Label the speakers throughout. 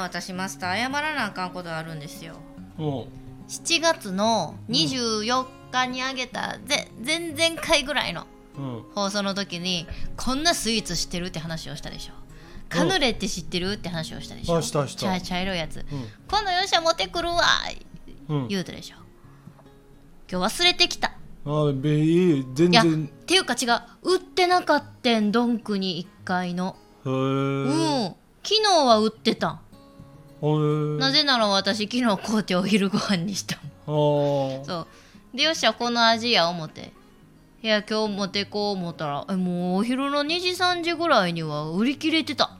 Speaker 1: 私マスター謝らなあかんことあるんですよ
Speaker 2: おう
Speaker 3: 7月の24日にあげた、ぜ前々回ぐらいの
Speaker 2: うん
Speaker 3: 放送の時にこんなスイーツ知ってるって話をしたでしょカヌレって知ってるって話をしたでしょ
Speaker 2: あしたし
Speaker 3: 茶
Speaker 2: た
Speaker 3: 茶色いやつ
Speaker 2: うん
Speaker 3: 今度よっしゃ持ってくるわ
Speaker 2: うん
Speaker 3: 言うたでしょ今日忘れてきた
Speaker 2: あべいい全
Speaker 3: いやっ
Speaker 2: 然
Speaker 3: ていうか違う売ってなかったんドンクに1階の
Speaker 2: へえ
Speaker 3: うん昨日は売ってたん
Speaker 2: うん
Speaker 3: なぜなら私昨日買うてお昼ご飯にしたもん
Speaker 2: あー
Speaker 3: そうでよっしゃこの味や思っていや今日持ってこう思ったらえもうお昼の2時3時ぐらいには売り切れてた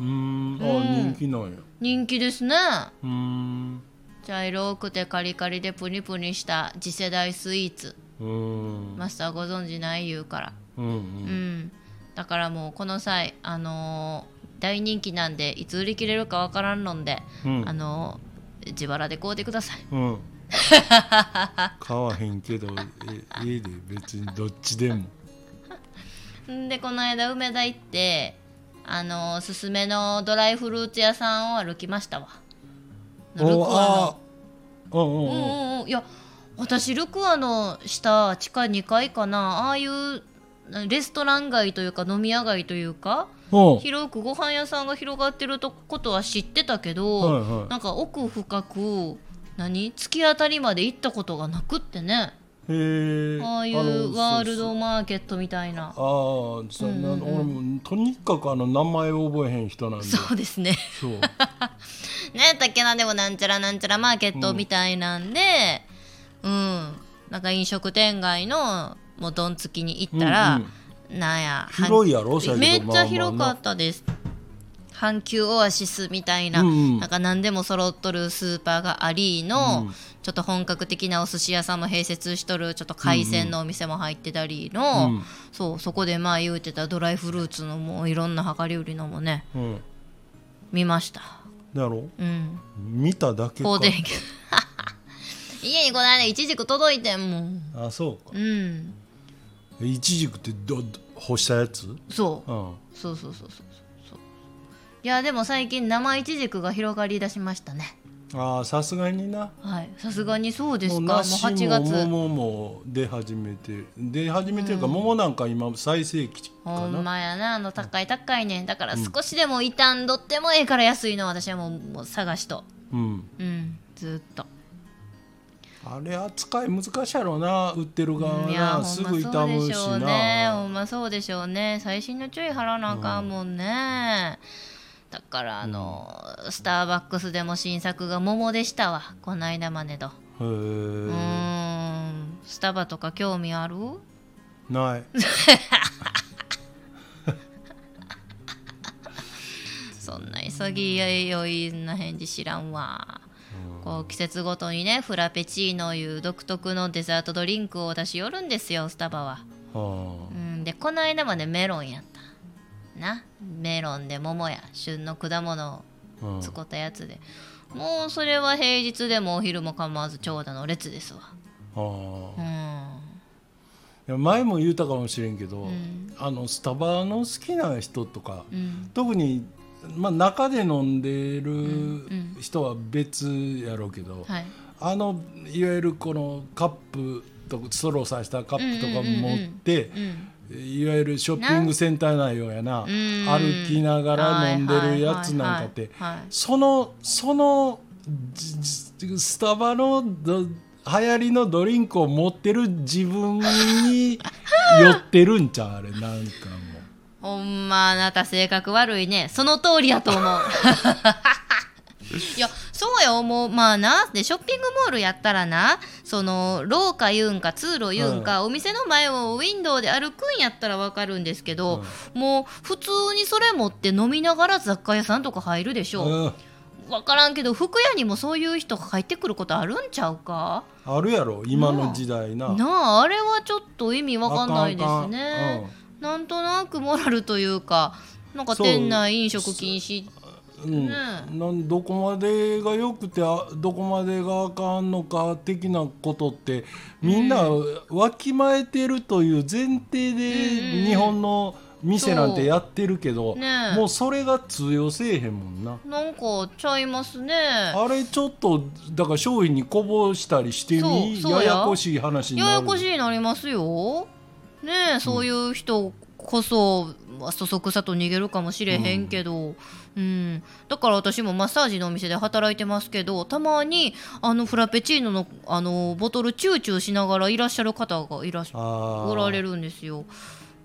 Speaker 2: うーんあ
Speaker 3: うん
Speaker 2: 人気なんや
Speaker 3: 人気ですね
Speaker 2: うーん
Speaker 3: 茶色くてカリカリでプニプニした次世代スイーツ
Speaker 2: うーん
Speaker 3: マスターご存知ない言うから
Speaker 2: うんうん
Speaker 3: うんだからもうこの際あのー大人気なんでいつ売り切れるかわからんのんで、
Speaker 2: うん
Speaker 3: あのー自腹で買うてください
Speaker 2: うん買わへんけどえ家で別にどっちでも
Speaker 3: んでこの間梅田行ってあのおすすめのドライフルーツ屋さんを歩きましたわルクア
Speaker 2: あーうんう
Speaker 3: のうんう
Speaker 2: んうん
Speaker 3: んうんいや私ルクアの下地下2階かなああいうレストラン街というか飲み屋街というか
Speaker 2: うん
Speaker 3: 広くご飯屋さんが広がってるとことは知ってたけど、
Speaker 2: はいはい
Speaker 3: なんか奥深く何突き当たりまで行ったことがなくってね
Speaker 2: へえ
Speaker 3: ああいうワールドマーケットみたいな
Speaker 2: あのそうそうあーそうな
Speaker 3: うんうんうん
Speaker 2: 俺もとにかくあの名前を覚えへん人なんで
Speaker 3: そうですね
Speaker 2: そう
Speaker 3: 何やったっけなでもなんちゃらなんちゃらマーケットみたいなんでうん、なんか飲食店街のもうどんつきに行ったら、
Speaker 2: うん
Speaker 3: なんや
Speaker 2: 広いやろ
Speaker 3: 半
Speaker 2: そやけど
Speaker 3: めっ
Speaker 2: まあ
Speaker 3: ち
Speaker 2: まあ
Speaker 3: ゃ
Speaker 2: な
Speaker 3: 広かったです、阪急オアシスみたいな、
Speaker 2: うんうん
Speaker 3: なんか何でも揃っとるスーパーがありの、ちょっと本格的なお寿司屋さんも併設しとるちょっと海鮮のお店も入ってたりの、
Speaker 2: うんうん
Speaker 3: そうそこでまあ言うてたドライフルーツのもういろんな量り売りのもね
Speaker 2: うんうん
Speaker 3: 見ました
Speaker 2: だろ
Speaker 3: うん
Speaker 2: 見ただけ
Speaker 3: 買
Speaker 2: か
Speaker 3: うてへんけど家にこの間いちじく届いてんもん
Speaker 2: あそう
Speaker 3: う
Speaker 2: か
Speaker 3: ん
Speaker 2: いちじくってどど干したやつ
Speaker 3: そう
Speaker 2: うん
Speaker 3: そうそうそうそうそういやでも最近生いちじくが広がりだしましたね
Speaker 2: ああさすがにな
Speaker 3: はいさすがにそうですか
Speaker 2: もう
Speaker 3: もう
Speaker 2: 梨も
Speaker 3: 8月
Speaker 2: 桃も出始めて出始めてるから、桃なんか今最盛期
Speaker 3: ほ
Speaker 2: か
Speaker 3: ん
Speaker 2: な
Speaker 3: まやなあの高い高いねだから少しでも傷んどってもええから安いの私はもうもう探しと
Speaker 2: うん
Speaker 3: うんずっと
Speaker 2: あれ扱い難しいやろうな売ってる
Speaker 3: い
Speaker 2: 側な、
Speaker 3: や
Speaker 2: す
Speaker 3: ほん
Speaker 2: ぐ
Speaker 3: まそ
Speaker 2: 痛
Speaker 3: う
Speaker 2: む
Speaker 3: で
Speaker 2: し
Speaker 3: しょうねほ
Speaker 2: なん
Speaker 3: まそうでしょうね最新の注意払わなあかんもんね、だからあの、スターバックスでも新作が桃でしたわこないだまでと
Speaker 2: へ
Speaker 3: う
Speaker 2: え
Speaker 3: ーんスタバとか興味ある
Speaker 2: ない
Speaker 3: そんな急ぎよいな返事知らんわこう季節ごとにねフラペチーノいう独特のデザートドリンクを出し寄るんですよスタバは
Speaker 2: は
Speaker 3: うん、でこの間までメロンやったなメロンで桃や旬の果物を
Speaker 2: あ、うん、
Speaker 3: 使ったやつで、もうそれは平日でもお昼も構わず長蛇の列ですわ
Speaker 2: あ
Speaker 3: う
Speaker 2: あ
Speaker 3: ん
Speaker 2: いや前も言うたかもしれんけど、
Speaker 3: ん
Speaker 2: あのスタバの好きな人とか、
Speaker 3: うん
Speaker 2: 特に、まあ、中で飲んで
Speaker 3: ん
Speaker 2: る人は別やろうけど、
Speaker 3: はい
Speaker 2: あのいわゆるこのカップとストローさしたカップとか
Speaker 3: うんうんうんう
Speaker 2: 持
Speaker 3: ん
Speaker 2: って、
Speaker 3: うん
Speaker 2: いわゆるショッピングセンター内容やな
Speaker 3: うん
Speaker 2: 歩きながら飲んでるやつなんかって、
Speaker 3: はいはいはいはい
Speaker 2: そのそのじじスタバのど流行りのドリンクを持ってる自分に寄ってるんちゃうあれな んかも
Speaker 3: ほんまあなた性格悪いねその通りやと思 ういやそうや思うまあなでショッピングモールやったらなその廊下言うんか通路言うんか、お店の前をウィンドウで歩くんやったらわかるんですけど、もう普通にそれ持って飲みながら雑貨屋さんとか入るでしょ
Speaker 2: うん
Speaker 3: わからんけど服屋にもそういう人が入ってくることあるんちゃうか
Speaker 2: あるやろ今の時代な。
Speaker 3: なああれはちょっと意味わかんないですね。
Speaker 2: あかんあかんうん
Speaker 3: なんとなくモラルというかなんか
Speaker 2: そう
Speaker 3: 店内飲食禁止
Speaker 2: うん
Speaker 3: ね
Speaker 2: なんどこまでが良くてあどこまでがあかんのか的なことってみんなわきまえてるという前提で日本の店なんてやってるけど、
Speaker 3: そうねえ
Speaker 2: もうそれが通用せえへんもんな
Speaker 3: なんかちゃいますね
Speaker 2: あれちょっとだから商品にこぼしたりしてみ
Speaker 3: そうそうや
Speaker 2: ややこしい話にな
Speaker 3: や
Speaker 2: る
Speaker 3: やこしいなりますよねえそういう人こそ、まあそそくさと逃げるかもしれへんけど、うんだから私もマッサージのお店で働いてますけどたまにあのフラペチーノのあのボトルチューチューしながらいらっしゃる方がいらっしゃ
Speaker 2: あー
Speaker 3: おられるんですよ。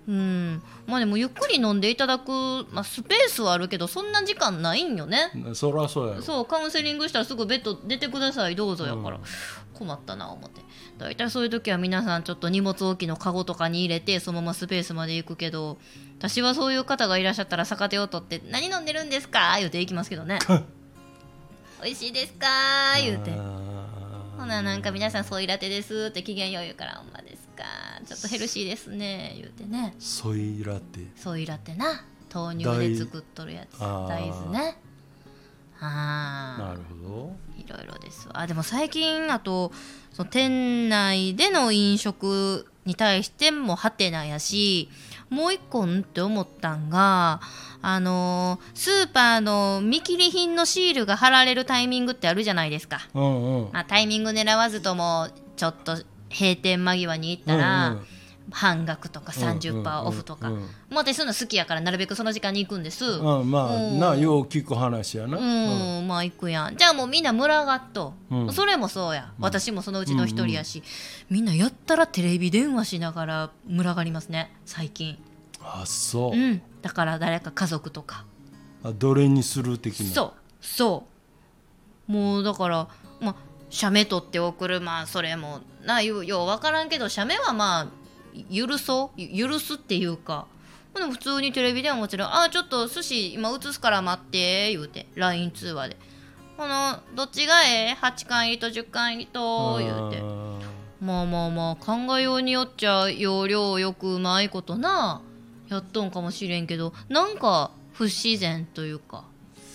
Speaker 3: うん、まあでもゆっくり飲んでいただく、まあ、スペースはあるけどそんな時間ないんよね。
Speaker 2: そらそうやろ
Speaker 3: そうカウンセリングしたらすぐベッド出てくださいどうぞやから、
Speaker 2: うん
Speaker 3: 困ったな思ってだいたいそういう時は皆さんちょっと荷物置きのカゴとかに入れてそのままスペースまで行くけど私はそういう方がいらっしゃったら逆手を取って「何飲んでるんですか?」言うて行きますけ どね「美味しいですか?」言うて
Speaker 2: あー
Speaker 3: ほななんか皆さんソイラテですって機嫌よう言うからほんまですかちょっとヘルシーですね言うてね
Speaker 2: ソイラテ
Speaker 3: ソイラテな豆乳で作っとるやつ
Speaker 2: 大
Speaker 3: 大豆ねああ
Speaker 2: なるほ
Speaker 3: いろいろですわあでも最近あとその店内での飲食に対してもハテナやしもう一個んって思ったんがあのースーパーの見切り品のシールが貼られるタイミングってあるじゃないですか、
Speaker 2: どうんうん
Speaker 3: まあ、タイミング狙わずともちょっと閉店間際に行ったら、
Speaker 2: うんうん
Speaker 3: 半額とか30%オフとか、
Speaker 2: うんうんうん
Speaker 3: もう私そういうの好きやからなるべくその時間に行くんです、
Speaker 2: うんまあ、
Speaker 3: うん
Speaker 2: なよう聞く話やな、
Speaker 3: うん、まあ行くやんじゃあもうみんな群がっと、
Speaker 2: うん
Speaker 3: それもそうや、私もそのうちの一人やし、みんなやったらテレビ電話しながら群がりますね最近
Speaker 2: あそ
Speaker 3: う
Speaker 2: う、
Speaker 3: んだから誰か家族とか
Speaker 2: あどれにする的な
Speaker 3: そうそうもうだからまあ写メ取って送るまあそれもなようよう分からんけど写メはまあ許そうゆ許すっていうかまあでも普通にテレビではもちろん「あちょっと寿司今映すから待って」言うて LINE 通話で「このどっちがええ ?8 巻入りと10巻入りと」言うて
Speaker 2: あ
Speaker 3: まあまあまあ考えようによっちゃ要領よくうまいことなやっとんかもしれんけどなんか不自然というか
Speaker 2: ー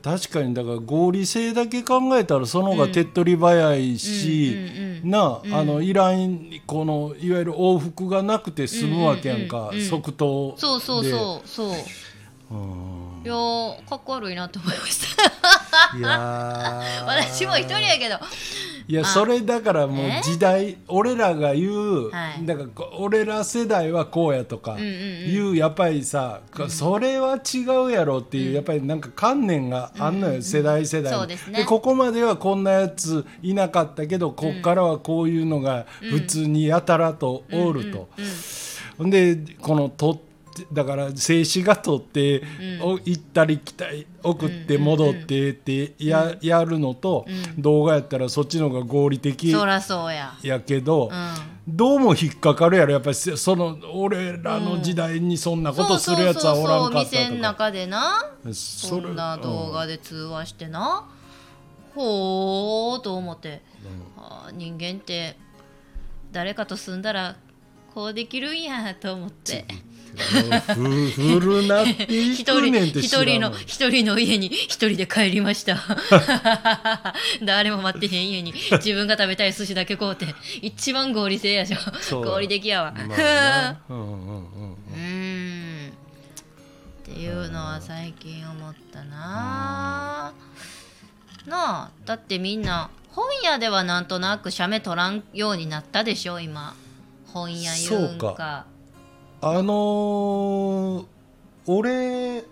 Speaker 2: だ確かにだから合理性だけ考えたらその方が手っ取り早いし、
Speaker 3: うんうんうん
Speaker 2: なあのいらんこのいわゆる往復がなくて済むわけやんか、
Speaker 3: うんうんうんうん
Speaker 2: 即答で
Speaker 3: そうそうそうそう
Speaker 2: う、ん、
Speaker 3: いやーかっこ悪いなって思いました
Speaker 2: いや ー
Speaker 3: 私も一人やけど
Speaker 2: いやそれだからもう
Speaker 3: え
Speaker 2: 時代俺らが言う、
Speaker 3: はい
Speaker 2: だからこ俺ら世代はこうやとか
Speaker 3: んうん
Speaker 2: いう,、やっぱりさ、かそれは違うやろっていう、やっぱりなんか観念があんのよ、世代世代に
Speaker 3: そうですね
Speaker 2: ここまではこんなやついなかったけどこっからはこういうのが普通にやたらとおると。ほんでこの取ってだから静止画撮って、お行ったり来たり送って戻ってってや,、やるのと、動画やったらそっちの方が合理的
Speaker 3: そらそうや
Speaker 2: やけど、
Speaker 3: う
Speaker 2: どうも引っかかるやろやっぱりせその俺らの時代にそんなこ
Speaker 3: そ
Speaker 2: と
Speaker 3: う
Speaker 2: す
Speaker 3: そう
Speaker 2: る
Speaker 3: そう
Speaker 2: やつはおら
Speaker 3: そ
Speaker 2: ん
Speaker 3: う
Speaker 2: かった
Speaker 3: 店の
Speaker 2: とか
Speaker 3: 中でな
Speaker 2: そ
Speaker 3: そ
Speaker 2: れ
Speaker 3: んな動画で通話してな、ほーと思って、あー人間って誰かと住んだらこうできるんやと思って
Speaker 2: ふ ふるなってい
Speaker 3: 一
Speaker 2: く
Speaker 3: 人
Speaker 2: ねんって
Speaker 3: 一
Speaker 2: 知らん
Speaker 3: 人
Speaker 2: わ
Speaker 3: の一人の家に一人で帰りました 誰も待ってへん家に自分が食べたい寿司だけ買うて一番合理性やじゃ
Speaker 2: そ
Speaker 3: ん
Speaker 2: うだ
Speaker 3: 合理的やわ、
Speaker 2: まあなうんうんうん
Speaker 3: うーんっていうのは最近思ったなあなあだってみんな本屋ではなんとなく写メ取らんようになったでしょ今本屋言うん
Speaker 2: そ
Speaker 3: か
Speaker 2: うあのー俺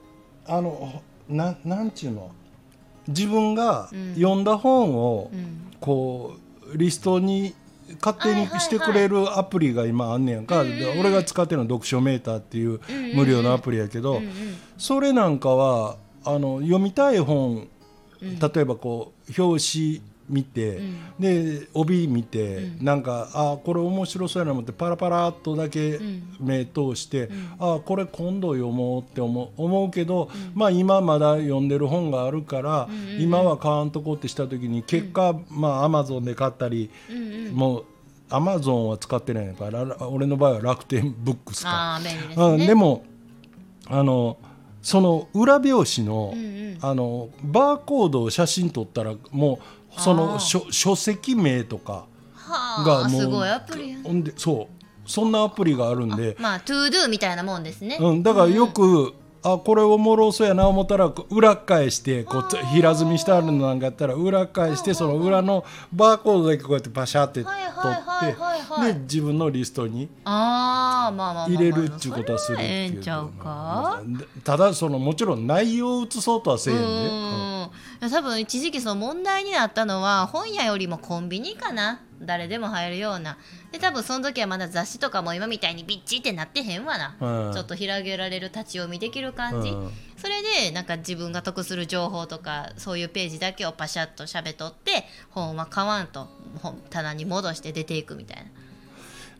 Speaker 2: あのななんちゅうの自分が
Speaker 3: うん
Speaker 2: 読んだ本を、
Speaker 3: うん
Speaker 2: こうリストに勝手
Speaker 3: はいは
Speaker 2: に
Speaker 3: いはい
Speaker 2: してくれるアプリが今あんねやんか、
Speaker 3: うんうんうん
Speaker 2: で俺が使ってるのは読書メーターっていう
Speaker 3: うんうんうん
Speaker 2: 無料のアプリやけど、
Speaker 3: うんうん
Speaker 2: それなんかはあの読みたい本
Speaker 3: うん
Speaker 2: 例えばこう表紙見て、
Speaker 3: うん
Speaker 2: で帯見て、
Speaker 3: うん
Speaker 2: なんかあこれ面白そうやなと思ってパラパラっとだけ
Speaker 3: ん
Speaker 2: 目通して、
Speaker 3: ん
Speaker 2: あこれ今度読もうって思う思うけど、まあ今まだ読んでる本があるから、
Speaker 3: うんうんうん
Speaker 2: 今は買わんとこってした時に結果、まあアマゾンで買ったり、
Speaker 3: うんうん
Speaker 2: もうアマゾンは使ってないからら俺の場合は楽天ブックスか。
Speaker 3: ああ便利です
Speaker 2: うん
Speaker 3: ね
Speaker 2: でもあのその裏表紙の,、
Speaker 3: うんうん
Speaker 2: あのバーコードを写真撮ったらもうそ
Speaker 3: あー
Speaker 2: の書書籍名とか
Speaker 3: はあ
Speaker 2: がもう
Speaker 3: すごいアプリやな
Speaker 2: ほんでそうそんなアプリがあるんで、
Speaker 3: まあ、トゥードゥみたいなもんですね。
Speaker 2: うん、だからよく、あこれおもろそうやな思ったらこう裏返してこうつ平積みしてあるのなんかやったら裏返してその裏のバーコードだけこうやってパシャって取
Speaker 3: はいはいはい
Speaker 2: っ
Speaker 3: はいは
Speaker 2: て
Speaker 3: い
Speaker 2: で自分のリストに
Speaker 3: ああ、まあまあまあまあ。
Speaker 2: 入れるっちゅうことはするっ
Speaker 3: そ
Speaker 2: て
Speaker 3: れはええ
Speaker 2: い
Speaker 3: ん
Speaker 2: う
Speaker 3: ちゃうか。
Speaker 2: ただそのもちろん内容を移そうとはせえへん
Speaker 3: う
Speaker 2: で、
Speaker 3: ん多分一時期その問題になったのは本屋よりもコンビニかな誰でも入るようなで多分その時はまだ雑誌とかも今みたいにビッチってなってへんわな、
Speaker 2: うん
Speaker 3: ちょっと広げられる立ち読みできる感じ、
Speaker 2: うん
Speaker 3: それでなんか自分が得する情報とかそういうページだけをパシャッと喋っとって本は買わんと本棚に戻して出ていくみたい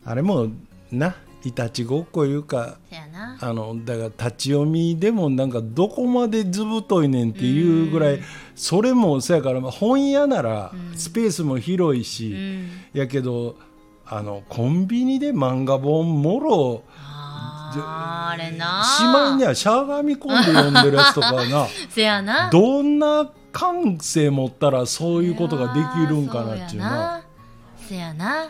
Speaker 3: な
Speaker 2: あれもないたちごっこいうか
Speaker 3: せやな
Speaker 2: あのだから立ち読みでもなんかどこまでずぶといねんっていうぐらいそれもそやからまあ本屋ならスペースも広いし、
Speaker 3: うん
Speaker 2: やけどあのコンビニで漫画本もろ
Speaker 3: あーあれな
Speaker 2: しまいにはしゃがみ込んで読んでるやつとかな
Speaker 3: せやな
Speaker 2: どんな感性持ったらそういうことができるんかなっていうな。
Speaker 3: そうやな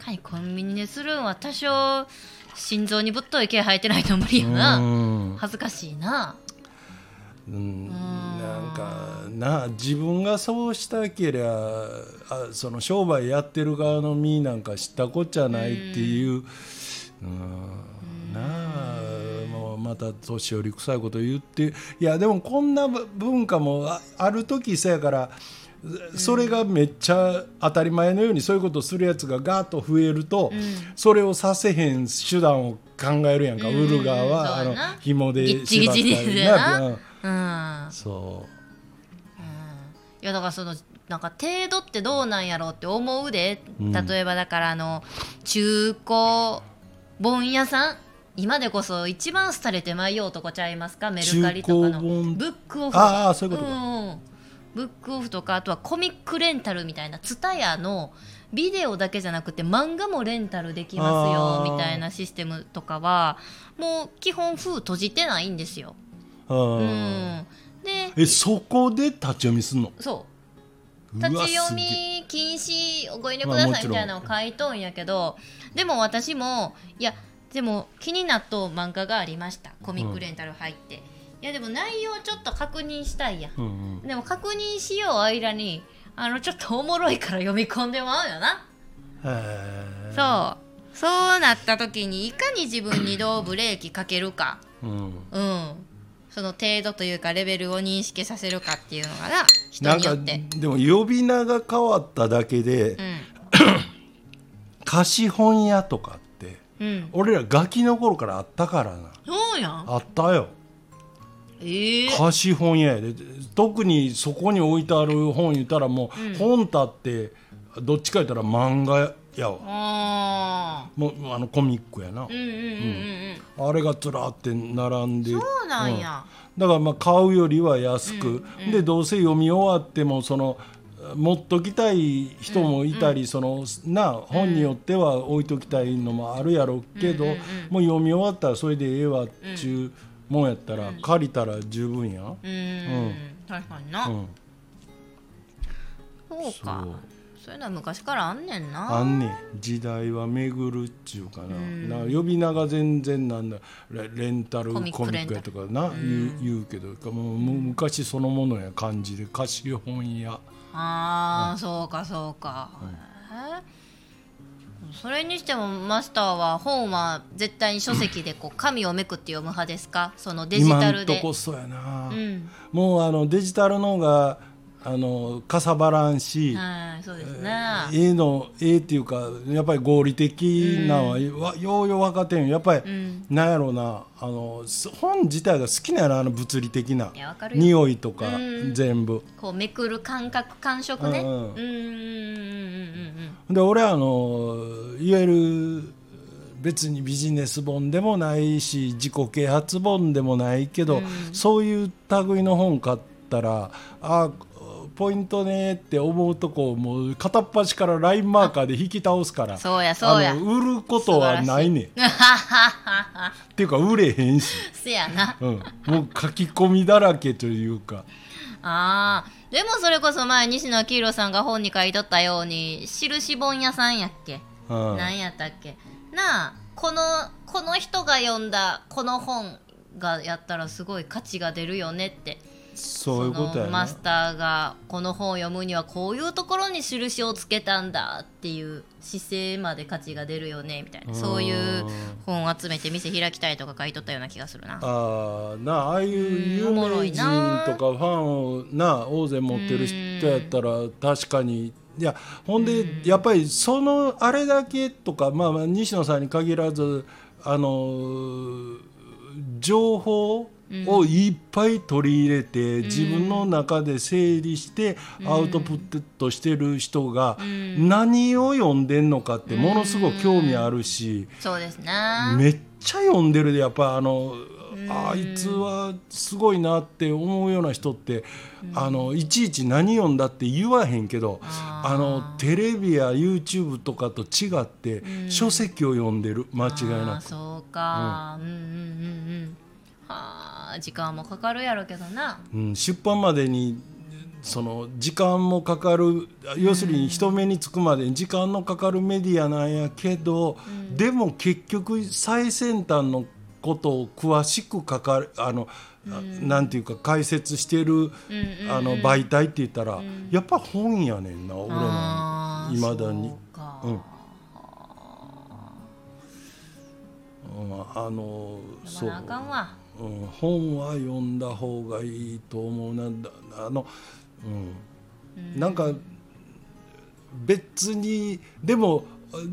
Speaker 3: 確かにコンビニでするんは多少心臓にぶっとい毛生えてないと無理や
Speaker 2: う
Speaker 3: なん恥ずかしいな
Speaker 2: うんなんかな自分がそうしたけりゃあその商売やってる側の身なんか知ったこっちゃないっていううんなあもうまた年寄り臭いこと言っていやでもこんな文化もあある時さやからそれがめっちゃ当たり前のようにそういうことするやつがガーッと増えると、それをさせへん手段を考えるやんか、売る側はあ
Speaker 3: そう
Speaker 2: の
Speaker 3: やな
Speaker 2: 紐で
Speaker 3: ギッチギチ
Speaker 2: 縛った
Speaker 3: で
Speaker 2: り
Speaker 3: すよな
Speaker 2: うん
Speaker 3: うん
Speaker 2: そう
Speaker 3: いやだからそのなんか程度ってどうなんやろうって思うで、
Speaker 2: うん
Speaker 3: 例えばだからあの中古本屋さん今でこそ一番廃れてまいようとこちゃいますかメルカリとかの
Speaker 2: 中古本
Speaker 3: ブックオフ
Speaker 2: ああそういうことか
Speaker 3: んんブックオフとかあとはコミックレンタルみたいなツタヤのビデオだけじゃなくて漫画もレンタルできます
Speaker 2: あー
Speaker 3: よみたいなシステムとかはもう基本封閉じてないんですよ。
Speaker 2: う
Speaker 3: うん
Speaker 2: ん、
Speaker 3: で
Speaker 2: えそこで立ち読みすんの
Speaker 3: そう
Speaker 2: うわ
Speaker 3: 立ち読
Speaker 2: すげえ
Speaker 3: み禁止をご遠慮くだ
Speaker 2: まあも
Speaker 3: さい
Speaker 2: ちろん
Speaker 3: みたいなのを書いとんやけど、でも私もいやでも気になっとう漫画がありましたコミックレンタル入って、いやでも内容ちょっと確認したいやん、
Speaker 2: うんうん
Speaker 3: でも確認しよう間にあのちょっとおもろいから読み込んでまうよな、
Speaker 2: へえ
Speaker 3: そうそうなった時にいかに自分にどうブレーキかけるか
Speaker 2: うん
Speaker 3: うんその程度というかレベルを認識させるかっていうのがな人
Speaker 2: なん
Speaker 3: によ
Speaker 2: か
Speaker 3: って
Speaker 2: でも呼び名が変わっただけで、貸本屋とかって
Speaker 3: うんうん
Speaker 2: 俺らガキの頃からあったからな
Speaker 3: そうやん
Speaker 2: あったよ
Speaker 3: ええ
Speaker 2: 貸本屋やで特にそこに置いてある本言ったらもう、本立ってどっちか言ったら漫画やわ
Speaker 3: ああ
Speaker 2: もうあのコミックやな、
Speaker 3: うんうんうんうんうん
Speaker 2: あれがずらーって並んで
Speaker 3: そうなんや、
Speaker 2: だからまあ買うよりは安く、でどうせ読み終わってもその持っときたい人もいたり、そのな本によっては置いときたいのもあるやろうけど、もう読み終わったらそれでええわっちゅうもんやったら、借りたら十分や、
Speaker 3: うーん確かにな、
Speaker 2: うん、
Speaker 3: そうか
Speaker 2: そう
Speaker 3: そういうのは昔からあんねんな
Speaker 2: あんねん時代は巡るっちゅうかな,、な呼び名が全然なんだレレンタル
Speaker 3: コ
Speaker 2: コミ
Speaker 3: ミック
Speaker 2: ックやとかな言う言うけどもうもう昔そのものや感じで貸し本屋。
Speaker 3: ああそうかそうか、へえそれにしてもマスターは本は絶対に書籍でこう紙をめくって読む派ですかそのデジタル
Speaker 2: 今ん
Speaker 3: で
Speaker 2: とこそうやな、
Speaker 3: うん
Speaker 2: もうあのデジタルの方があのかさばらんし、
Speaker 3: はいそうですね、
Speaker 2: 絵の絵っていうかやっぱり合理的なのは、わようよう分かってんよやっぱり、なんやろうなあのす本自体が好きなやろあの物理的ない
Speaker 3: やわかるよ
Speaker 2: 匂いとか、全部
Speaker 3: こうめくる感覚感触ね
Speaker 2: う
Speaker 3: うんん
Speaker 2: うん
Speaker 3: うんうんうんうん
Speaker 2: で俺はあのいわゆる別にビジネス本でもないし自己啓発本でもないけど、そういう類の本買ったらあポイントねって思うとこもう片っ端からラインマーカーで引き倒すから
Speaker 3: そうやそうや
Speaker 2: あの売ることはないねん。っていうか売れへんし、
Speaker 3: せやな
Speaker 2: うん、もう書き込みだらけというか。
Speaker 3: あーでもそれこそ前西野明宏さんが本に書いとったように印本屋さんやっけ
Speaker 2: うん
Speaker 3: 何やったっけなあこのこの人が読んだこの本がやったらすごい価値が出るよねって
Speaker 2: そういうことや
Speaker 3: の
Speaker 2: ね
Speaker 3: マスターがこの本を読むにはこういうところに印をつけたんだっていう姿勢まで価値が出るよねみたいなそういう本を集めて店開きたいとか書いとったような気がするな。
Speaker 2: あーなあああいう有
Speaker 3: うんおもろ
Speaker 2: 名
Speaker 3: い
Speaker 2: 人
Speaker 3: な
Speaker 2: とかファンをなあ大勢持ってる人やったら確かにいやほんでやっぱりそのあれだけとか、まあまあ、西野さんに限らずあのー情報をいっぱい取り入れて、自分の中で整理してアウトプットしてる人が何を読んでんのかってものすごく興味あるし。
Speaker 3: そうですね。
Speaker 2: めっちゃ読んでるでやっぱあのあいつはすごいなって思うような人ってあのいちいち何読んだって言わへんけど
Speaker 3: あー
Speaker 2: あのテレビや YouTube とかと違って書籍を読んでる間違い
Speaker 3: あー
Speaker 2: なく
Speaker 3: そうか、うん、うんうんうんはあ時間もかかるやろけどな
Speaker 2: うん、出版までにその時間もかかる要するに人目につくまでに時間のかかるメディアなんやけど、でも結局最先端のことを詳しく書かれあの、あなんていうか解説してる、あの媒体って言ったら、やっぱ本やねんな俺
Speaker 3: あ
Speaker 2: の
Speaker 3: ー
Speaker 2: いまだに
Speaker 3: そう。か
Speaker 2: うんうんあの
Speaker 3: 読まなあかんわ
Speaker 2: うん、本は読んだ方がいいと思うなんだあの、うんなんか別にでも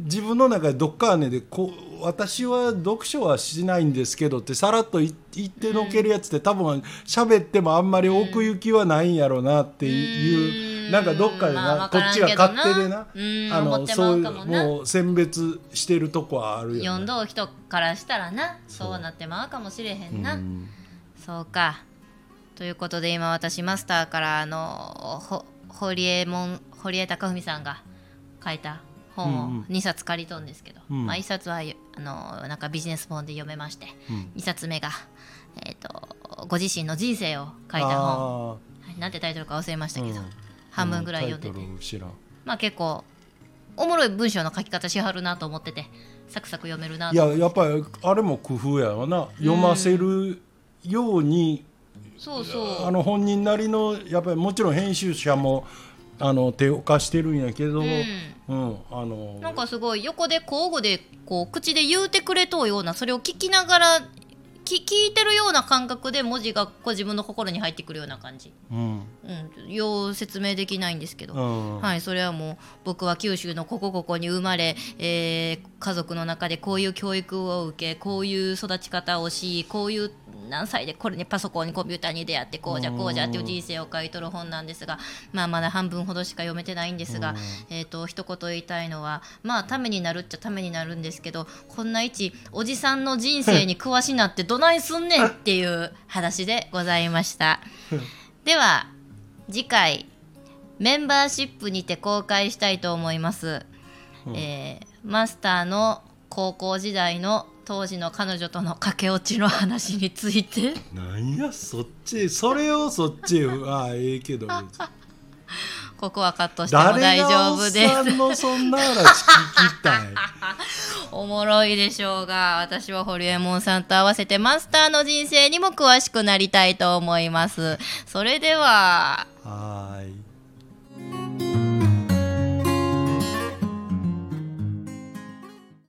Speaker 2: 自分の中でどっかはねでこう私は読書はしないんですけどってさらっとい言ってのけるやつって、多分喋ってもあんまり奥行きはないんやろうなっていう、
Speaker 3: うん
Speaker 2: なんかどっかでな、
Speaker 3: まあわ
Speaker 2: こ
Speaker 3: か
Speaker 2: っ
Speaker 3: らん
Speaker 2: ち
Speaker 3: け
Speaker 2: が
Speaker 3: どな
Speaker 2: 勝手でな、
Speaker 3: うん
Speaker 2: あ
Speaker 3: 思
Speaker 2: の
Speaker 3: ってま
Speaker 2: そう
Speaker 3: う
Speaker 2: いう
Speaker 3: かもな
Speaker 2: もう選別してるとこはあるよ、ね、
Speaker 3: 読んどう人からしたらなそうなってまうかもしれへんな、
Speaker 2: うん
Speaker 3: そうかということで今私マスターからあのほ堀江門堀江貴文さんが書いた
Speaker 2: うん
Speaker 3: 本
Speaker 2: うん
Speaker 3: を2冊借りとんですけど、
Speaker 2: うん
Speaker 3: まあ、1冊はあのなんかビジネス本で読めまして、
Speaker 2: うん
Speaker 3: 2冊目が、えー、とご自身の人生を書いた本
Speaker 2: あー
Speaker 3: はいなんてタイトルか忘れましたけど、
Speaker 2: うん
Speaker 3: 半分ぐらい読んでて、
Speaker 2: タイトル知らん
Speaker 3: まあ結構おもろい文章の書き方しはるなと思っててサクサク読めるないと
Speaker 2: ややっぱりあれも工夫やわな読ませるように、
Speaker 3: そうそう
Speaker 2: あの本人なりのやっぱりもちろん編集者もあの手を貸してるんやけど、うんあの
Speaker 3: なんかすごい横で交互でこう口で言うてくれとうようなそれを聞きながらき聞いてるような感覚で文字がこう自分の心に入ってくるような感じ、
Speaker 2: うん
Speaker 3: うん、よう説明できないんですけど、
Speaker 2: うん
Speaker 3: はい、それはもう僕は九州のここここに生まれ、えー家族の中でこういう教育を受けこういう育ち方をしこういう何歳でこれにパソコンにコンピューターに出会ってこうじゃこうじゃっていう人生を書いとる本なんですが、まあ、まだ半分ほどしか読めてないんですが、えー、と一言言いたいのはまあためになるっちゃためになるんですけどこんな位置おじさんの人生に詳しなってどないすんねんっていう話でございました。では次回メンバーシップにて公開したいと思います、えーマスターの高校時代の当時の彼女との駆け落ちの話について
Speaker 2: なんやそっちそれをそっ ちああええけど別に
Speaker 3: ここはカットしても
Speaker 2: 誰
Speaker 3: 大
Speaker 2: が
Speaker 3: 丈
Speaker 2: おっ
Speaker 3: 夫で
Speaker 2: さ
Speaker 3: す
Speaker 2: んのそんな話聞きたい
Speaker 3: おもろいでしょうが私はホリエモンさんと合わせてマスターの人生にも詳しくなりたいと思いますそれでは
Speaker 2: あ